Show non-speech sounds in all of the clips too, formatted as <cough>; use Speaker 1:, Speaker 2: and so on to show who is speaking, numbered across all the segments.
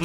Speaker 1: 五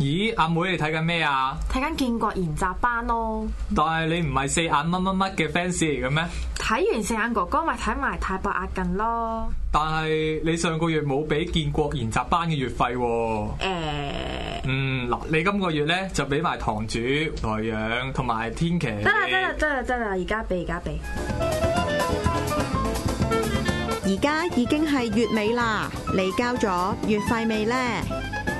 Speaker 2: 咦，阿妹你睇緊咩啊？
Speaker 3: 睇緊建國研習班咯，
Speaker 2: 但係你唔係四眼乜乜乜嘅 fans 嚟嘅咩？
Speaker 3: 睇完四眼哥哥咪睇埋泰伯壓近咯。
Speaker 2: 但係你上個月冇俾建國研習班嘅月費喎、
Speaker 3: 誒、
Speaker 2: 嗯，嗱，你今個月咧就俾埋堂主、台陽同埋天琪。
Speaker 3: 得啦得啦得啦得啦，而家俾而家俾。
Speaker 4: 而家已經係月尾啦，你交咗月費未呢？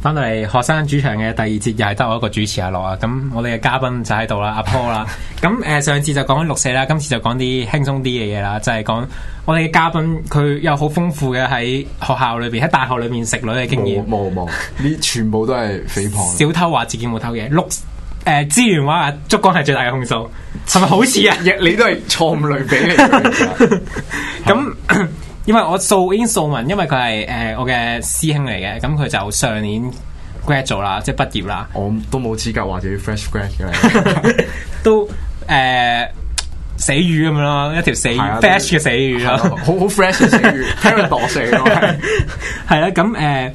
Speaker 5: 翻到嚟學生主場嘅第二節，又係得我一個主持阿樂啊。咁我哋嘅嘉賓就喺度啦，阿 Paul 啦。咁誒、呃上次就講緊六四啦，今次就講啲輕鬆啲嘅嘢啦，就係、講我哋嘅嘉賓佢有好豐富嘅喺學校裏邊、喺大學裏邊食女嘅經驗
Speaker 6: 冇。冇 <laughs> 冇，呢全部都係肥胖。
Speaker 5: 小偷話自己冇偷嘢，六誒資源話竹竿係最大嘅控訴，係咪好似啊？
Speaker 6: 你都係錯誤類比嚟嘅其實。
Speaker 5: 咁 <coughs> 因為我素已經素文，因為佢係誒我嘅師兄嚟嘅，咁佢就上年 grad 咗啦，即係畢業啦，
Speaker 6: 我都冇資格話自己 fresh grad 嘅嚟，
Speaker 5: 都誒、呃死魚咁樣咯，一條死
Speaker 6: 係
Speaker 5: 魚
Speaker 6: 啊
Speaker 5: fresh 嘅死魚
Speaker 6: 好
Speaker 5: 咯，
Speaker 6: 好 fresh 嘅死魚 p a r a d o
Speaker 5: <laughs>
Speaker 6: 嚟咯。係
Speaker 5: 係啦，咁誒、呃、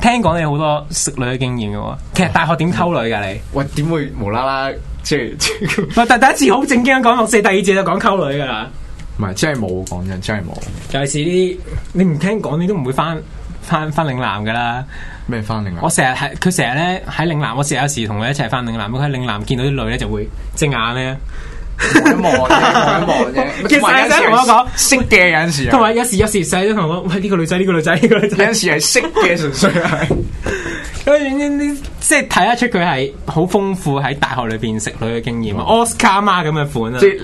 Speaker 5: 聽講你好多食女嘅經驗嘅喎，其實大學點溝女㗎你？
Speaker 6: 喂，點會無啦啦即係即
Speaker 5: <laughs>
Speaker 6: 係
Speaker 5: 喂，但第一次好正經咁講六四，第二次就講溝女㗎啦。
Speaker 6: 唔係真係冇講真，真係冇
Speaker 5: 尤其是啲你唔聽講，你都唔會翻翻翻嶺南噶啦。
Speaker 6: 咩翻嚟啊
Speaker 5: 我！成日係佢成日咧喺嶺南，我成日有時同佢一齊翻嶺南，佢喺嶺南見到啲女咧就會隻眼咧，
Speaker 6: 望一望啫，望一望 <laughs> 啫。
Speaker 5: 其實你想同我講
Speaker 6: 識嘅有陣時係，啊
Speaker 5: 同埋有時有時細都同我講喂呢、個女仔呢、個女仔呢、個女
Speaker 6: 有
Speaker 5: 仔，
Speaker 6: 陣時係識嘅，純粹係。
Speaker 5: 咁呢即係睇得出佢係好豐富喺大學裏邊食女嘅經驗啊，Oscar 媽咁嘅款啊
Speaker 6: 即。係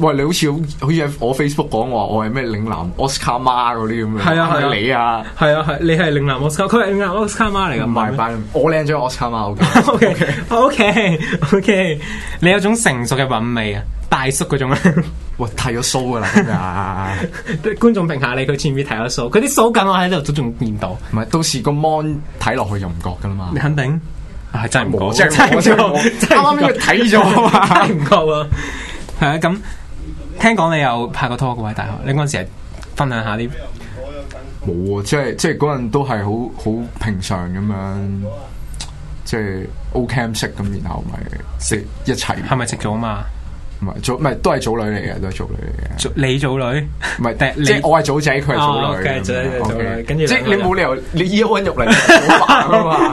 Speaker 6: 喂， <laughs> 你好似好好似喺我 Facebook 講話，我係咩嶺南 Oscar 媽嗰啲咁樣，
Speaker 5: 係啊
Speaker 6: 係
Speaker 5: 係啊
Speaker 6: 咪你啊，
Speaker 5: 係啊，係你係嶺南 Oscar，佢係嶺南 Oscar 媽嚟㗎，
Speaker 6: 唔
Speaker 5: <laughs>
Speaker 6: 係
Speaker 5: 咩
Speaker 6: 班，我靚咗 Oscar 媽，我覺
Speaker 5: O K O K O K，你有種成熟嘅韻味啊，大叔嗰種啊。
Speaker 6: <laughs> 喂剃咗須㗎啦，今日
Speaker 5: <laughs> 觀眾評下你，佢似唔似睇咗數？佢啲數緊我喺度都仲見到，
Speaker 6: <laughs> 唔係到時個 mon 睇落去就唔覺㗎啦 <laughs> 嘛
Speaker 5: 你，肯定？係真係唔
Speaker 6: 我
Speaker 5: 講，
Speaker 6: 真係我真係冇
Speaker 5: 真係
Speaker 6: 啱啱
Speaker 5: 唔覺
Speaker 6: 呢個睇咗啊嘛
Speaker 5: 真係唔覺喎。係啊，咁聽講你有拍過拖嘅喎喺大學，你嗰陣時係分享下啲
Speaker 6: 冇啊，即係即係嗰陣都係好好平常咁樣，即係 O cam 識咁，然後咪即係一齊，
Speaker 5: 係咪直組啊嘛？
Speaker 6: 唔係組唔係都係組女嚟嘅，都係組女嚟嘅。
Speaker 5: 組你組女
Speaker 6: 唔係，
Speaker 5: 但係你
Speaker 6: 即係我係組仔，佢係
Speaker 5: 哦
Speaker 6: 組女
Speaker 5: ，OK，
Speaker 6: 咁
Speaker 5: 組
Speaker 6: 樣。
Speaker 5: 仔你係組女
Speaker 6: OK
Speaker 5: 跟住
Speaker 6: 即係
Speaker 5: 兩個
Speaker 6: 你
Speaker 5: 人
Speaker 6: 冇理由你依温玉嚟組飯噶嘛，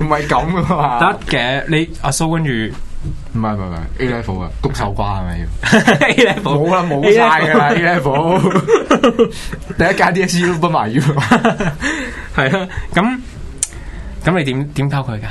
Speaker 6: 唔係咁噶嘛。
Speaker 5: 得嘅，你阿蘇跟住
Speaker 6: 唔係唔係唔係 A level 啊，谷手瓜係咪要？
Speaker 5: <laughs> A level
Speaker 6: 冇啦，冇
Speaker 5: A
Speaker 6: 晒噶啦
Speaker 5: level
Speaker 6: A level，第一間 DSE 都不啊埋要。
Speaker 5: <laughs> 係啦，咁咁你點點溝佢㗎？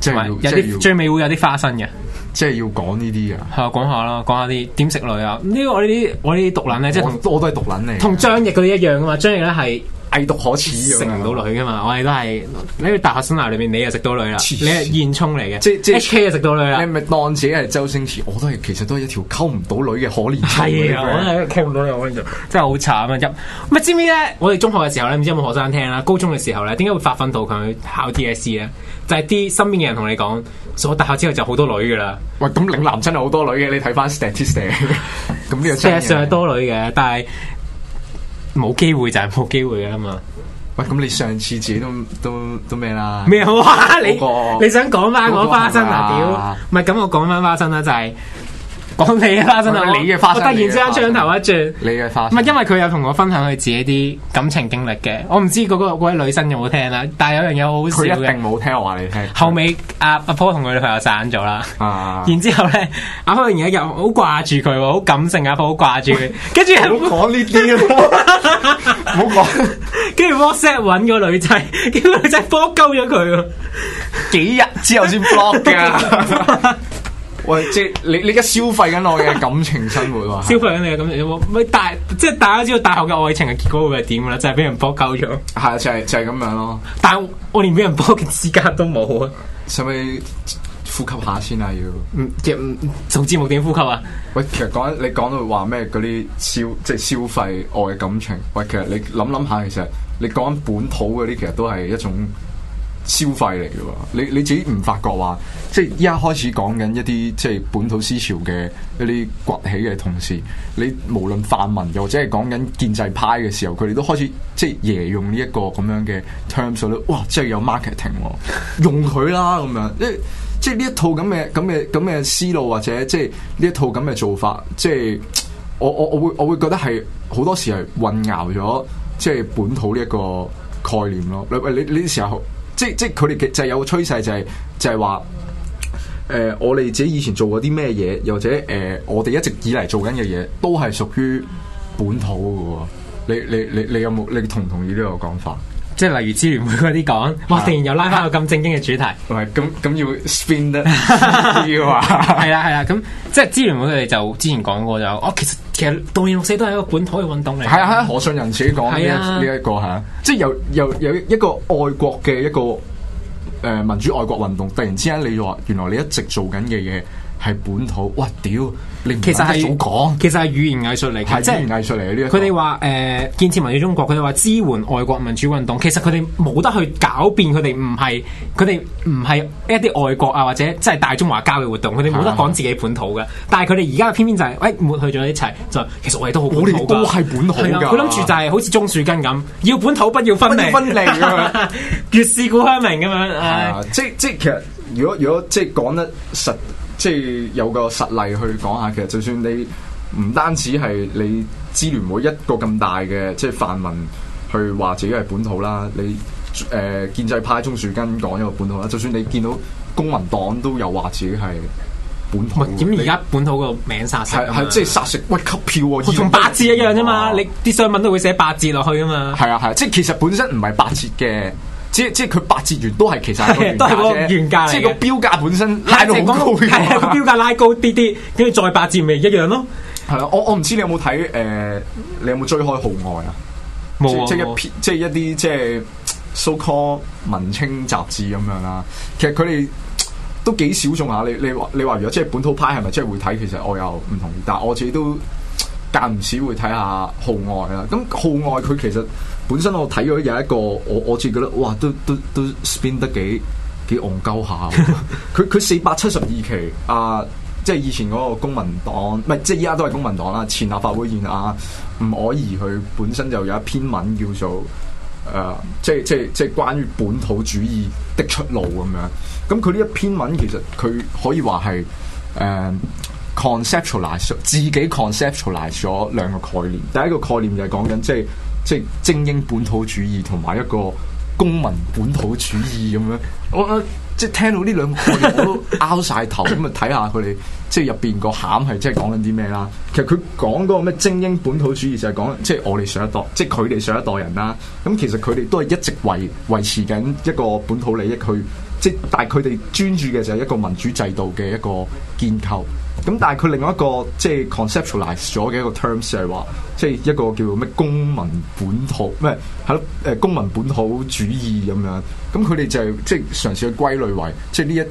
Speaker 6: 即係
Speaker 5: 同埋
Speaker 6: 要
Speaker 5: 有
Speaker 6: 即係
Speaker 5: 啲
Speaker 6: 要
Speaker 5: 最尾會有啲花生嘅。
Speaker 6: 即係要講呢啲噶。
Speaker 5: 係啊，講下啦，講下啲點食女啊？呢個我呢啲我呢啲毒撚咧，即係同
Speaker 6: 我我都係毒撚嚟嘅，
Speaker 5: 同張譯嗰啲一樣噶嘛。張譯咧係
Speaker 6: 偽毒可恥咁樣
Speaker 5: 食唔到女噶嘛，我哋都係你去大學生涯裏面，你又食到女啦，
Speaker 6: 黐線
Speaker 5: 你係現充嚟嘅，
Speaker 6: 即即
Speaker 5: H K 又食到女
Speaker 6: 你
Speaker 5: 啦，
Speaker 6: 咪當自己係周星馳，我都係其實都係一條溝唔到女嘅可憐蟲
Speaker 5: 係
Speaker 6: 嚟嘅
Speaker 5: 啊，我真係溝唔到女，我喺度真係好慘啊！入咪知唔知咧？我哋中學嘅時候咧，唔知有冇學生聽啦？高中嘅時候咧，點解會發奮圖強去考 D S E 咧？就係啲身邊嘅人同你講，上咗大學之後就好多女噶啦。
Speaker 6: 喂，咁嶺南真係好多女嘅，你睇翻 statistic，咁 <laughs> 呢個
Speaker 5: 事實
Speaker 6: 真
Speaker 5: 上係
Speaker 6: 嘅。
Speaker 5: 多女嘅，但係冇機會就係冇機會噶啦嘛。
Speaker 6: 喂，咁你上次自己都都都咩啦？
Speaker 5: 咩啊 <laughs> 哇？你
Speaker 6: 嗰個
Speaker 5: 你想講翻
Speaker 6: 嗰個
Speaker 5: 講花生
Speaker 6: 係咪
Speaker 5: 啊？
Speaker 6: 啊
Speaker 5: 屌，唔係咁，我講翻花生啦，就係講你啦，真係
Speaker 6: 講你嘅花生
Speaker 5: 我突然之間
Speaker 6: 你嘅花
Speaker 5: 將
Speaker 6: 生
Speaker 5: 頭一轉。
Speaker 6: 你嘅花
Speaker 5: 唔
Speaker 6: 生
Speaker 5: 係，因為佢有同我分享佢自己啲感情經歷嘅，我唔知嗰、個嗰位女生有冇聽啦。但係有樣嘢好好
Speaker 6: 佢一
Speaker 5: 笑
Speaker 6: 定
Speaker 5: 嘅，
Speaker 6: 冇聽我話你聽。
Speaker 5: 後尾阿阿婆同佢女朋友散咗啦。
Speaker 6: 啊，
Speaker 5: 然之後咧，阿婆而家又好掛住佢喎，好感性阿婆好掛住佢，跟住
Speaker 6: 唔好講呢啲
Speaker 5: <laughs>
Speaker 6: 啦，唔好講
Speaker 5: 跟住 WhatsApp 揾個女仔，叫個女仔幫鳩咗佢喎。
Speaker 6: 幾日之後先 block 㗎。
Speaker 5: <laughs>
Speaker 6: 喂，即係你你而家消費緊我嘅感情生活
Speaker 5: 消
Speaker 6: 喎，
Speaker 5: 費緊你嘅感情有冇？咪大即係大家知道大學嘅愛情嘅結果會係點㗎啦，就係俾人幫鳩咗。
Speaker 6: 係啊，就係就係咁樣咯。
Speaker 5: 但係我連俾人幫嘅資格都冇啊！
Speaker 6: 使唔使呼吸下先啊？要
Speaker 5: 唔即係唔做節目點呼吸啊？
Speaker 6: 喂，其實講緊你講到話咩嗰啲消即係消費我嘅感情，喂，其實你諗諗下，其實你講緊本土嗰啲，其實都係一種消費嚟嘅喎。你你自己唔發覺話，即係依家開始講緊一啲即係本土思潮嘅一啲崛起嘅同時，你無論泛民又或者係講緊建制派嘅時候，佢哋都開始即係夜用呢一個咁樣嘅 terms 咧，哇！即係有 marketing 喎，用佢啦咁樣，即係即係呢一套咁嘅咁嘅咁嘅思路或者即係呢一套咁嘅做法，即係。我我我會我會覺得係好多時係混淆咗即係本土呢一個概念咯。你喂你呢啲時候，即即係佢哋嘅就係有個趨勢就係、就係、話。誒、我哋自己以前做過啲咩嘢，又或者誒、呃我哋一直以嚟做緊嘅嘢，都係屬於本土嘅喎。你你你你有冇？你同唔同意呢個講法？
Speaker 5: 即係例如支聯會嗰啲講，
Speaker 6: 啊
Speaker 5: 哇！突然又拉翻個咁正經嘅主
Speaker 6: <laughs>
Speaker 5: 題，
Speaker 6: 唔係咁咁要 spin 得 <laughs> 啲啊
Speaker 5: 係啦係啦，咁即係支聯會佢哋就之前講過就，哦，其實其實悼念六四都係一個本土嘅運動嚟，
Speaker 6: 係啊，係啊，何信仁自己講呢一
Speaker 5: 係啊
Speaker 6: 呢一個係啊，即係有有有一個愛國嘅一個誒、呃民主愛國運動，突然之間你話原來你一直做緊嘅嘢係本土，哇屌！你唔
Speaker 5: 其實
Speaker 6: 係
Speaker 5: 係
Speaker 6: 早講，
Speaker 5: 其實係語言藝術嚟嘅，
Speaker 6: 係
Speaker 5: 即
Speaker 6: 語言
Speaker 5: 係。
Speaker 6: 藝術嚟嘅呢一個。
Speaker 5: 佢哋話誒建設民主中國，佢哋話支援外國民主運動，其實佢哋冇得去狡辯，佢哋唔係佢哋唔係一啲外國啊或者即係大中華交嘅活動，佢哋
Speaker 6: 啊
Speaker 5: 冇得講自己本土嘅。但係佢哋而家偏偏就係、喂抹去咗一齊，就其實我哋都好本土㗎
Speaker 6: 我哋都係本土㗎
Speaker 5: 係啊佢諗住就係好似鍾樹根咁，要本土不要分
Speaker 6: 不
Speaker 5: 離，
Speaker 6: 要分離㗎
Speaker 5: <laughs> 越是故鄉明咁樣。
Speaker 6: 係
Speaker 5: 唉
Speaker 6: 啊，即即其實如果如果即係講得實，即係有個實例去講下，其實就算你唔單止係你支聯會一個咁大嘅即係泛民去話自己係本土啦，你誒、呃建制派鍾樹根講一個本土啦，就算你見到公民黨都有話自己係本土
Speaker 5: 喂，咁而家本土個名殺晒
Speaker 6: 係係即係殺食屈級票喎，哦
Speaker 5: 同八字一樣啫嘛，
Speaker 6: 哇
Speaker 5: 你啲商品都會寫八字落去啊嘛。
Speaker 6: 係啊係啊，即係其實本身唔係八折嘅。即係即係佢八折完都係其實係個原
Speaker 5: 都係嗰個
Speaker 6: 價啫
Speaker 5: 原價嚟嘅
Speaker 6: 即係個標價本身拉到好高嘅
Speaker 5: 係啊，個標價拉高啲啲，跟住再八折咪一樣咯。
Speaker 6: 係啦，我我唔知你有冇睇誒，你有冇追開號外啊？
Speaker 5: 冇啊
Speaker 6: 即即
Speaker 5: 冇
Speaker 6: 一
Speaker 5: 啊
Speaker 6: 篇即一啲即係 so call 文青雜誌咁樣啦。其實佢哋都幾小眾啊下。你你話你話如果即係本土派係咪真係會睇？其實我又唔同意，但係我自己都間唔時會睇下號外啦。咁號外佢其實本身我睇咗有一個，我我自己覺得哇，都都都 spin 得幾幾戇鳩下喎。佢佢四百七十二期啊！即係以前嗰個公民黨，唔係即係依家都係公民黨啦。前立法會議員啊，吳靄儀佢本身就有一篇文叫做誒、呃即係即係即係關於本土主義的出路咁樣。咁佢呢一篇文其實佢可以話係誒 conceptualize 自己 conceptualize 咗兩個概念。第一個概念就係講緊即係即係精英本土主義同埋一個公民本土主義咁樣。我我即係聽到呢兩個概念我都拗晒頭，咁啊睇下佢哋即係入邊個餡係即係講緊啲咩啦。其實佢講嗰個咩精英本土主義就係講即係我哋上一代，即係佢哋上一代人啦。咁其實佢哋都係一直維維持緊一個本土利益去，即係但係佢哋專注嘅就係一個民主制度嘅一個建構。咁但係佢另外一個即係 conceptualize 咗嘅一個 terms 就係話，即係一個叫咩公民本土咩係咯誒公民本土主義咁樣。咁佢哋就係即係嘗試去歸類為即係呢一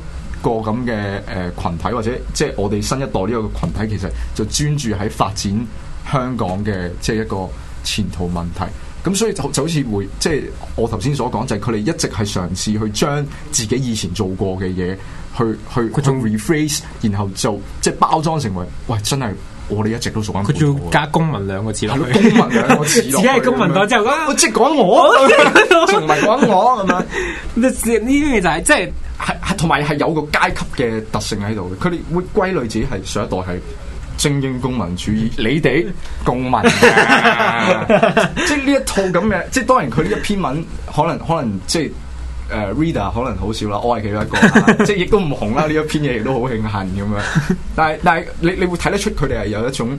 Speaker 6: 個咁嘅誒群體，或者即係我哋新一代呢個群體，其實就專注喺發展香港嘅即係一個前途問題。咁所以就就好似會即係我頭先所講，就係佢哋一直係嘗試去將自己以前做過嘅嘢，去去去 rephrase，然後就即係包裝成為，喂，真係我哋一直都做緊
Speaker 5: 佢
Speaker 6: 本土
Speaker 5: 仲
Speaker 6: 啊。
Speaker 5: 要加公民兩個字落
Speaker 6: 係咯，
Speaker 5: 去
Speaker 6: 公。民兩個字落
Speaker 5: 自
Speaker 6: 去
Speaker 5: 己係公民黨之後
Speaker 6: 咁樣
Speaker 5: 啊
Speaker 6: 喂哦即係講我，仲唔係講我咁樣？
Speaker 5: 呢啲嘢就係即係
Speaker 6: 係係同埋係有個階級嘅特性喺度嘅，佢哋會歸類自己係上一代係精英公民主義，你哋共民嘅即係呢一套咁嘅，即係當然佢呢一篇文可能可能即係。誒、reader 可能好少啦，我係其中一個啦，即係亦都唔紅啦。呢一篇嘢亦都好慶幸咁樣，但係但係你你會睇得出佢哋係有一種誒、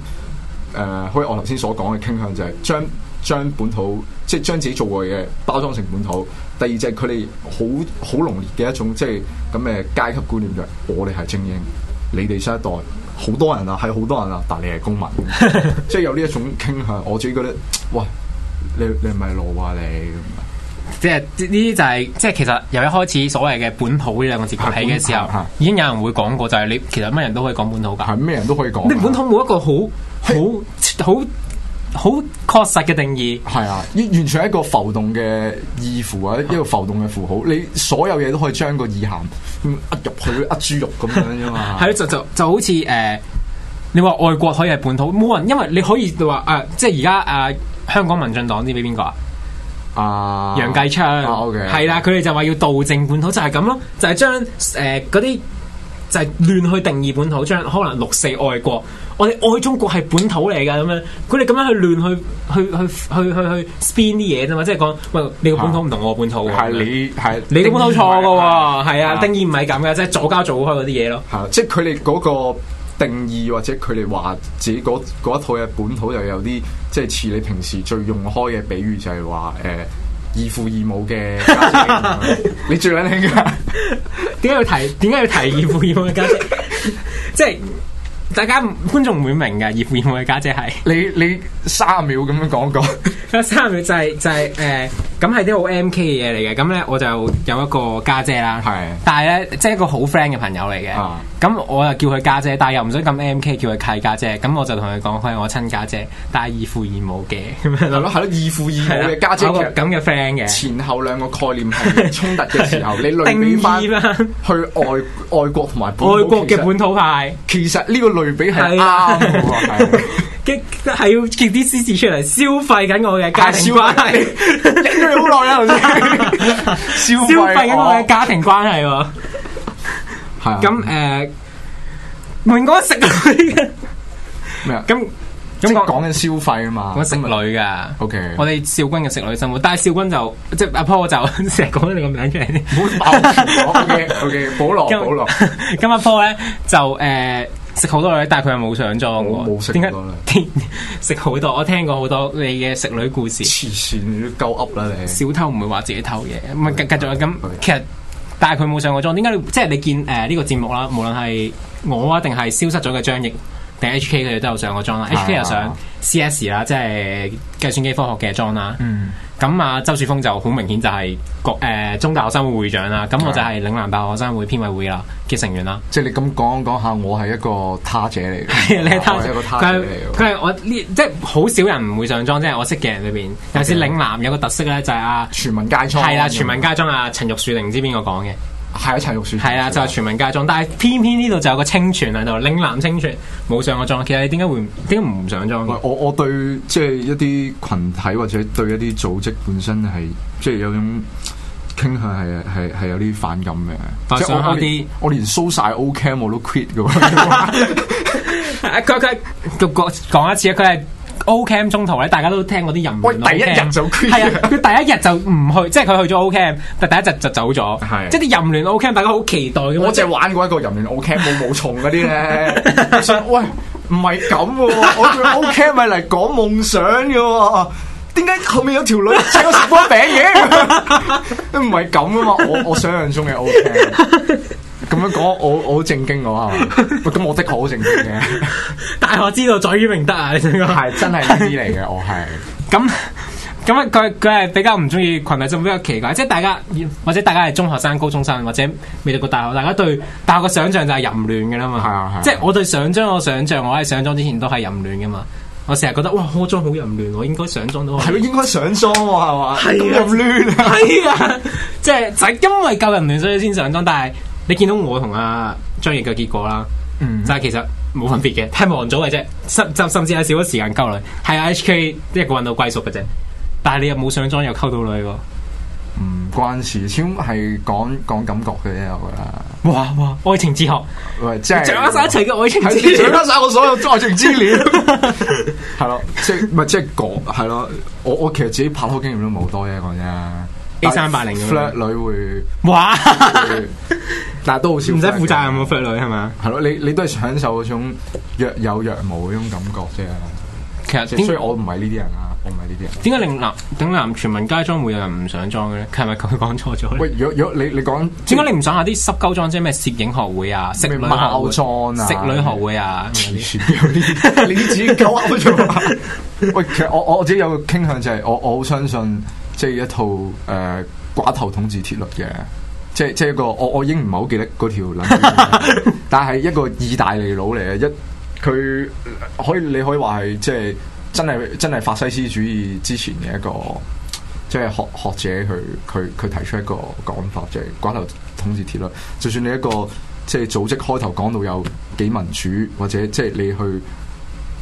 Speaker 6: 呃好似我頭先所講嘅傾向就係將將本土即係將自己做過嘅嘢包裝成本土。第二就係佢哋好好濃烈嘅一種即係咁嘅階級觀念就係、我哋係精英，你哋新一代好多人啊，係好多人啊，但你係公民，即係有呢一種傾向。我自己覺得，喂，你你係咪老啊你咁啊
Speaker 5: 即係呢啲就係、即係其實由一開始所謂嘅本土呢兩個字崛起嘅時
Speaker 6: 係本
Speaker 5: 候
Speaker 6: 土，
Speaker 5: 已經有人會講過，就係你其實乜人都可以講本土㗎。
Speaker 6: 係咩人都可以講啊。
Speaker 5: 你本土冇一個好好好好確實嘅定義。
Speaker 6: 係啊，完完全係一個浮動嘅意符啊，一個浮動嘅符號，你所有嘢都可以將個意涵咁呃入去，呃豬肉咁樣啫
Speaker 5: <laughs>
Speaker 6: 嘛。
Speaker 5: 係咯，就就就好似誒、呃你話外國可以係本土，冇人，因為你可以話誒、呃即係而家誒香港民進黨啲俾邊個啊？
Speaker 6: 啊，
Speaker 5: 楊繼昌，
Speaker 6: 啊，OK
Speaker 5: 係啦，佢哋就話要道正本土，就係咁咯，就係將誒嗰啲就係亂去定義本土，將可能六四愛國，我哋愛中國係本土嚟㗎咁樣，佢哋咁樣去亂去去去去去去 spin 啲嘢啫嘛，即係講喂你個本土唔同我個本土喎，
Speaker 6: 係你係
Speaker 5: 你個本土錯㗎喎，係啊，
Speaker 6: 係
Speaker 5: 定義唔係咁嘅，即係左交左開嗰啲嘢咯。
Speaker 6: 係啦即係佢哋嗰個定義或者佢哋話自己嗰嗰一套嘅本土又有啲即係似你平時最用開嘅比喻就係話誒。義父義母嘅家姐咁
Speaker 5: <laughs>
Speaker 6: 樣，你最撚興㗎，
Speaker 5: 點解要提？點解要提二父二母嘅家 <laughs> 姐？即係大家唔觀眾唔會明嘅，二父二母嘅家姐係
Speaker 6: 你你三秒咁樣講講，
Speaker 5: 有 <laughs> 三秒就係、就係、誒，咁係啲好 M K 嘅嘢嚟嘅。咁咧我就有一個家姐啦，
Speaker 6: 係
Speaker 5: 但係咧即係一個好 friend 嘅朋友嚟嘅
Speaker 6: 啊。
Speaker 5: 咁、我就叫佢家姐，但係又唔想咁 M K 叫佢契家姐。咁我就同佢講佢係我親家姐，但係二父二母 <laughs> 嘅咁樣
Speaker 6: 係
Speaker 5: 咯。
Speaker 6: 咯係咯，義父義
Speaker 5: 係
Speaker 6: 母
Speaker 5: 啦
Speaker 6: 嘅家姐
Speaker 5: 有個
Speaker 6: 其實
Speaker 5: 咁嘅 friend 嘅
Speaker 6: 前後兩個概念係衝突嘅時候，你類比
Speaker 5: <laughs> 定
Speaker 6: 翻
Speaker 5: 義啦
Speaker 6: 去，外外國同埋本土
Speaker 5: 外國嘅，本土派。
Speaker 6: 其實其實呢個類比係
Speaker 5: 係
Speaker 6: 啱
Speaker 5: 啊
Speaker 6: 嘅喎，
Speaker 5: <laughs>
Speaker 6: 係
Speaker 5: 嘅係要叫啲獅子出嚟消費緊我嘅家庭關
Speaker 6: 啊
Speaker 5: <laughs> 係，
Speaker 6: 忍咗你好耐啦，
Speaker 5: 消
Speaker 6: 頭先消啊哦
Speaker 5: 費緊我嘅家庭關係喎。嗯
Speaker 6: 係啊
Speaker 5: 咁誒，明哥食女嘅，
Speaker 6: 咩啊？
Speaker 5: <laughs> 咁
Speaker 6: 即
Speaker 5: 咁
Speaker 6: 係
Speaker 5: 講
Speaker 6: 講緊消費啊嗯嘛，
Speaker 5: 講食女噶。
Speaker 6: OK
Speaker 5: 我哋少君嘅食女生活，但係少君就即係阿 Paul 就 <laughs> 成日講你個名出嚟先。
Speaker 6: 唔好
Speaker 5: <laughs>
Speaker 6: 爆 OK OK，保羅
Speaker 5: 咁
Speaker 6: 保羅，
Speaker 5: <laughs> 咁阿 Paul 咧就誒食好多女，但係佢又冇上妝
Speaker 6: 我
Speaker 5: 喎。
Speaker 6: 冇食好多女
Speaker 5: 點解 <laughs> 食好多？我聽過好多你嘅食女故事。
Speaker 6: 慈善你都夠噏啦你。
Speaker 5: 小偷唔會話自己偷嘢，唔係繼繼續啦啊咁
Speaker 6: 係
Speaker 5: 其實但係佢冇上過妝，點解你即係你見誒呢個節目啦，無論係我啊定係消失咗嘅張譯定 H K 佢哋都有上過妝啦
Speaker 6: 係
Speaker 5: ，H K 又
Speaker 6: 係係
Speaker 5: 上 C S E 啦，即係計算機科學嘅妝啦。
Speaker 6: 嗯
Speaker 5: 咁啊，周樹峰就好明顯就係國誒中大學生會會長啦，咁我就係嶺南大學生會編委會啦嘅成員
Speaker 6: <laughs>
Speaker 5: 啦。
Speaker 6: 即係你咁講講下，我係一個他者嚟嘅，
Speaker 5: 係啊你睇
Speaker 6: 我係一個他
Speaker 5: 佢
Speaker 6: 者
Speaker 5: 係
Speaker 6: 嚟嘅。
Speaker 5: 佢係我呢，即係好少人唔會上妝，即係我識嘅人裏邊，尤其是嶺南有個特色咧，就係啊。
Speaker 6: 全民皆倉
Speaker 5: 係啦，全民家裝啊，陳玉樹定唔知邊個講嘅，
Speaker 6: 係啊，陳玉樹
Speaker 5: 係啦，就係全民家裝，但係偏偏呢度就有個清泉喺度，嶺南清泉冇上過裝，其實你點解會唔點解唔上裝
Speaker 6: 我
Speaker 5: 嘅？
Speaker 6: 我我對即係一啲群體或者對一啲組織本身係即係有種傾向係係係有啲反感嘅，
Speaker 5: 但
Speaker 6: 即係
Speaker 5: 想
Speaker 6: 我我
Speaker 5: 開啲
Speaker 6: 連我連 show 晒 O cam 我都 quit 嘅喎，
Speaker 5: 啊佢佢佢講講一次啊，佢係 O Cam 中途咧，大家都聽嗰啲人
Speaker 6: 喂
Speaker 5: 員 O
Speaker 6: 第一日
Speaker 5: cam
Speaker 6: 就 quit
Speaker 5: 係啊，佢第一日就唔去，即係佢去咗 O Cam，但第一日就走
Speaker 6: 係
Speaker 5: 咗，即係啲淫亂 O Cam，大家好期待咁
Speaker 6: 我
Speaker 5: 樣。
Speaker 6: 淨係玩過一個人聯 O cam 冇冇蟲嗰啲咧，我想喂唔係咁嘅喎，我對 O cam 咪嚟講夢想嘅喎。點解後面有條女請我食波餅嘅？都唔係咁啊嘛！我我想象中嘅 O K，咁樣講我我好正經我係嘛？喂咁我的確好正經嘅。
Speaker 5: 大學知道在於明德啊，你想講
Speaker 6: 系真係呢啲嚟嘅，我係
Speaker 5: 咁 <laughs> 咁啊，佢佢系比較唔中意群體就比較奇怪，即係大家或者大家係中學生、高中生或者未讀過大學，大家對大學嘅想像就係淫亂嘅啦嘛。
Speaker 6: 係啊係啊
Speaker 5: 即係我對上妝，我想像我喺上妝之前都係淫亂嘅嘛。我成日覺得哇，我妝好淫亂，我應該上妝都可
Speaker 6: 係
Speaker 5: 以
Speaker 6: 咯，應該上妝喎，係嘛？咁咁亂啊！
Speaker 5: 啊 <laughs> 係啊，即係就係因為夠淫亂，所以先上妝。但係你見到我同阿張譯嘅結果啦，
Speaker 6: 嗯
Speaker 5: 就係其實冇分別嘅， <laughs> 係忙咗嘅啫，甚甚甚至係少咗時間溝女，係啊 H K 一個揾到歸屬嘅啫。但係你又冇上妝又溝到女喎。
Speaker 6: 唔關事，始終係講講感覺嘅啫，我覺得。
Speaker 5: 哇哇，愛情哲學，
Speaker 6: 喂，即係
Speaker 5: 掌握晒一齊嘅愛情哲
Speaker 6: 係掌
Speaker 5: 學。
Speaker 6: 握晒我所有愛情資料，係咯，即係唔係即係講係咯，我我其實自己拍拖經驗都冇多啫，講真
Speaker 5: A380 咁樣
Speaker 6: flat 女會
Speaker 5: <laughs> 哇，
Speaker 6: 會，但係都好少，
Speaker 5: 唔使負責任喎 f r 女係嘛？
Speaker 6: 係咯，你你都係享受嗰種若有若無嗰種感覺啫。
Speaker 5: 其實
Speaker 6: 即係
Speaker 5: 點
Speaker 6: 所以我唔係呢啲人啊，我唔係呢啲人。
Speaker 5: 點解嶺南嶺南全民街裝會有人唔上裝嘅咧？係咪佢講錯咗咧？
Speaker 6: 喂，若若你你講
Speaker 5: 點解你唔想下啲濕鳩裝，即係咩攝影學會啊、食女學
Speaker 6: 咩貓
Speaker 5: 會、
Speaker 6: 裝啊嗯
Speaker 5: 食女學會啊？
Speaker 6: 黐線嘅呢啲，你自己搞啱咗啊。 <laughs> 喂，其實我我自己有個傾向就係、我我好相信即係一套誒、呃寡頭統治鐵律嘅。即係即係一個我我已經唔係好記得嗰條撚，但係一個意大利佬嚟嘅，一佢可以你可以話係即係真係真係法西斯主義之前嘅一個即係學學者佢佢佢提出一個講法，就係、寡頭統治鐵律。就算你一個即係組織開頭講到有幾民主，或者即係你去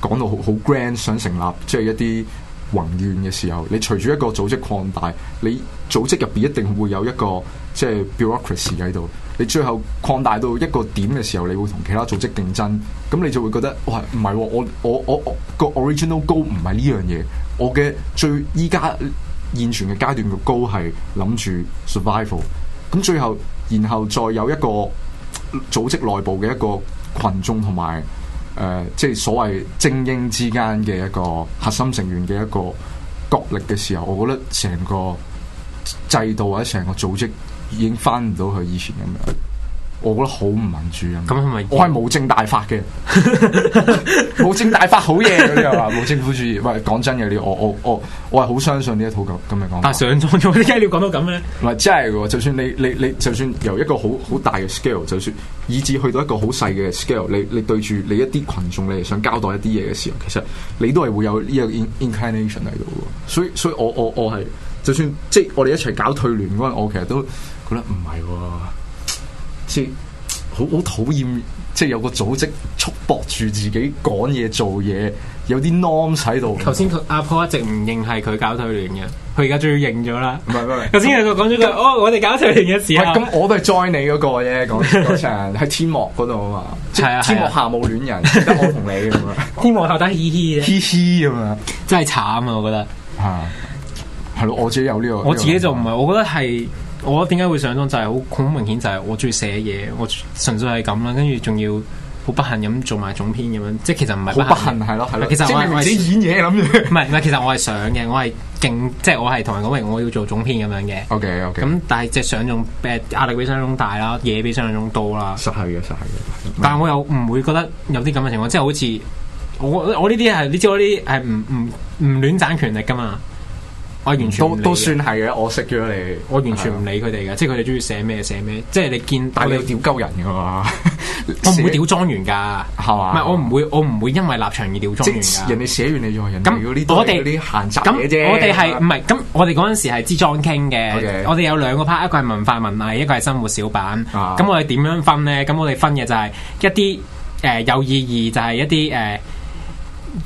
Speaker 6: 講到好好 grand 想成立即係一啲宏願嘅時候，你隨住一個組織擴大，你組織入邊一定會有一個即係 bureaucracy 喺度。你最後擴大到一個點嘅時候，你會同其他組織競爭，咁你就會覺得，哇，唔係喎，我我我我個 original goal 唔係呢樣嘢，我嘅最依家現存嘅階段嘅 goal 係諗住 survival。咁最後，然後再有一個組織內部嘅一個群眾同埋誒，呃即係所謂精英之間嘅一個核心成員嘅一個角力嘅時候，我覺得成個制度或者成個組織已經翻唔到佢以前咁樣。我覺得好唔民主咁，
Speaker 5: 咁係咪
Speaker 6: 我係冇正大法
Speaker 5: <laughs>
Speaker 6: 嘅，冇正大法好嘢嗰啲又話冇政府主義。喂，講真嘅，你我我我我係好相信呢一套咁咁嘅講法。
Speaker 5: 但係上裝咗，點解你要講到咁咧？
Speaker 6: 唔係真係喎，就算你你你，就算由一個好好大嘅 scale，就算以至去到一個好細嘅 scale，你你對住你一啲群眾，你係想交代一啲嘢嘅時候，其實你都係會有呢個 in- inclination 喺度嘅喎。所以所以我我我係，就算即係我哋一齊搞退聯嗰陣，我其實都覺得唔係喎，即係好好討厭，即係有個組織束縛住自己講嘢做嘢，有啲 norms 喺度。
Speaker 5: 頭先佢阿婆一直唔認係佢搞退聯嘅，佢而家終於認咗啦。
Speaker 6: 唔係唔係唔係
Speaker 5: 頭先佢講咗句：哦，我哋搞退聯嘅時
Speaker 6: 喂，
Speaker 5: 候，
Speaker 6: 咁我都係 join 你嗰個
Speaker 5: <laughs>
Speaker 6: 啫，講嗰場喺天幕嗰度啊嘛，即
Speaker 5: 係啊係啊
Speaker 6: 係天幕下冇
Speaker 5: <laughs>
Speaker 6: 戀人，得我同你咁樣，
Speaker 5: 天王後得嘻嘻
Speaker 6: <laughs>
Speaker 5: 嘅，
Speaker 6: 嘻嘻咁樣
Speaker 5: 真係慘啊！我覺得
Speaker 6: 嚇，係咯，我自啊己有呢個，
Speaker 5: 我自己就唔係，我覺得係我點解會上裝就係好好明顯就係我中意寫嘢，我純粹係咁啦，跟住仲要好不幸咁做埋總編咁樣，即係其實唔係
Speaker 6: 好不
Speaker 5: 嘅
Speaker 6: 幸啊係咯係咯，
Speaker 5: 其實
Speaker 6: 即
Speaker 5: 我係
Speaker 6: 係明
Speaker 5: 我
Speaker 6: 明
Speaker 5: 係
Speaker 6: 自己演嘢
Speaker 5: <laughs>
Speaker 6: 諗住
Speaker 5: 唔係唔係，其實我係想嘅，我係勁，即係我係同人講明我要做總編咁樣嘅。
Speaker 6: ，OK OK，
Speaker 5: 咁但係隻上仲誒壓力比想像中大啦，嘢比想像中多啦。
Speaker 6: 實係嘅實係嘅，
Speaker 5: 但係我又唔會覺得有啲咁嘅情況，即係好似我我呢啲係你知我呢啲係唔唔唔亂爭權力噶嘛，我係完全唔
Speaker 6: 都
Speaker 5: 理嘅
Speaker 6: 都算係嘅，我識咗你，啊
Speaker 5: 我完全唔理佢哋嘅，即係佢哋中意寫咩寫咩，即係你見
Speaker 6: 但
Speaker 5: 我
Speaker 6: 係
Speaker 5: 哋
Speaker 6: 你要屌鳩人㗎嘛，
Speaker 5: 我唔會屌莊園㗎，
Speaker 6: 係
Speaker 5: 唔
Speaker 6: 嘛，
Speaker 5: 係我唔會我唔會因為立場而屌莊
Speaker 6: 即
Speaker 5: 園
Speaker 6: 係
Speaker 5: 㗎。
Speaker 6: 人哋寫完你就話人
Speaker 5: 咁
Speaker 6: 哋嗰啲
Speaker 5: 我
Speaker 6: 都係
Speaker 5: 哋
Speaker 6: 嗰啲閒雜
Speaker 5: 咁
Speaker 6: 嘢啫，
Speaker 5: 我哋係唔係咁？我哋嗰陣時係支裝傾嘅
Speaker 6: OK，
Speaker 5: 我哋有兩個 part，一個係文化文藝，一個係生活小品。
Speaker 6: 啊
Speaker 5: 咁我哋點樣分呢？咁我哋分嘅就係一啲誒有意義，就係一啲誒。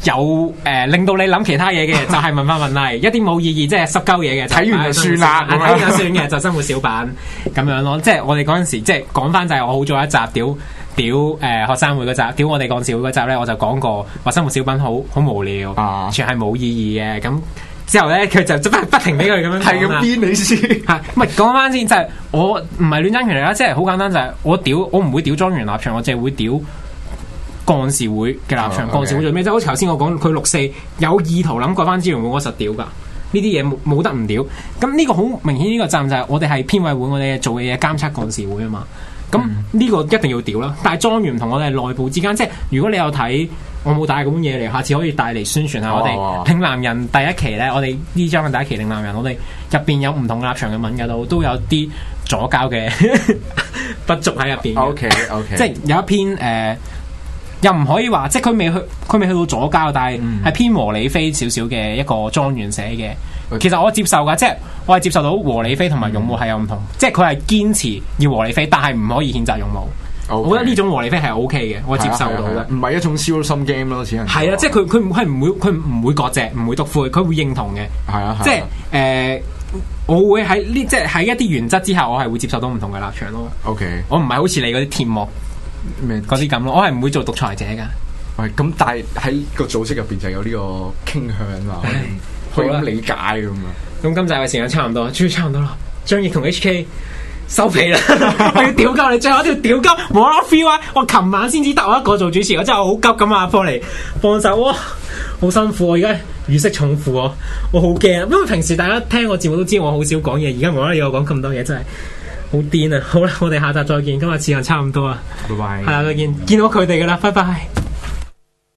Speaker 5: 有誒、令到你諗其他嘢
Speaker 6: <laughs>
Speaker 5: 嘅就係文化文藝，一啲冇意義即係濕鳩嘢嘅
Speaker 6: 睇完就算啦
Speaker 5: 啊
Speaker 6: 咁樣
Speaker 5: 睇完就算嘅就生活小品
Speaker 6: <laughs>
Speaker 5: 咁樣咯。即係我哋嗰陣時，即係講翻就係我好早一集屌屌誒學生會嗰集，屌我哋幹事會嗰集咧，我就講過話生活小品好好無聊，
Speaker 6: 啊
Speaker 5: 全係冇意義嘅。咁之後咧，佢就不不停俾佢咁樣講
Speaker 6: 係
Speaker 5: 啊
Speaker 6: 咁
Speaker 5: 啦。
Speaker 6: 編你先。
Speaker 5: 係，啊唔係講翻先，就係、我唔係亂爭權力啦，即係好簡單就係、我屌，我唔會屌莊園立場，我淨係會屌幹事會嘅立場。
Speaker 6: 哦
Speaker 5: 幹事會
Speaker 6: OK
Speaker 5: 做咩？即係好似頭先我講，佢六四有意圖諗過翻支援會，我實屌噶。呢啲嘢冇冇得唔屌。咁呢個好明顯，呢個站就係我哋係編委會，我哋做嘅嘢監測幹事會啊嘛。咁呢個一定要屌啦。但係莊園同我哋內部之間，即係如果你有睇。我冇帶咁嘢嚟，下次可以帶嚟宣傳下我哋
Speaker 6: 哦
Speaker 5: 嶺南人第一期咧，我哋呢張嘅第一期嶺南人，我哋入邊有唔同立場嘅文嘅都都有啲左交嘅 <laughs> 不足喺入邊嘅。
Speaker 6: OK OK，
Speaker 5: 即係有一篇誒、呃又唔可以話，即係佢未去，佢未去到左交，但係
Speaker 6: 嗯
Speaker 5: 係偏和理非少少嘅一個莊園寫嘅。其實我接受噶，即係我係接受到和理非同埋勇
Speaker 6: 嗯
Speaker 5: 武係有唔同，即係佢係堅持要和理非，但係唔可以譴責勇武。我覺得呢種和理非係 O K 嘅，我接受到
Speaker 6: 係啊係啊
Speaker 5: 嘅
Speaker 6: 係啊。唔係一種 zero sum game 咯，只能
Speaker 5: 係啦，即係佢佢唔係唔會佢唔會割席，唔會篤灰，佢會認同嘅。
Speaker 6: 係啊，
Speaker 5: 即係誒我會喺呢即係喺一啲原則之下，我係會接受到唔同嘅立場咯。
Speaker 6: OK，
Speaker 5: 我唔係好似你嗰啲鐵幕
Speaker 6: 咩？
Speaker 5: 嗰啲咁咯，我係唔會做獨裁者噶。
Speaker 6: 喂，咁但係喺個組織入邊就有呢個傾向啊
Speaker 5: <laughs>
Speaker 6: 嘛，可以
Speaker 5: 好啦
Speaker 6: 咁理解咁啊。
Speaker 5: 咁今集嘅時間差唔多，終於差唔多啦。張翼同 HK 收皮啦， <laughs> 我要屌鳩你，最後一條屌鳩冇啦 feel 啊！我琴晚先至得我一個做主持，我真係好急咁啊！幫嚟幫手，哇，好辛苦，我啊而家如釋重負啊！我好驚，因為平時大家聽我節目都知我好少講嘢，而家無啦啦要我講咁多嘢，真係好癲啊！好啦，我哋下集再見，今日時間差唔多啊，
Speaker 6: 拜拜
Speaker 5: 係啦，再見，見到佢哋噶啦，拜拜。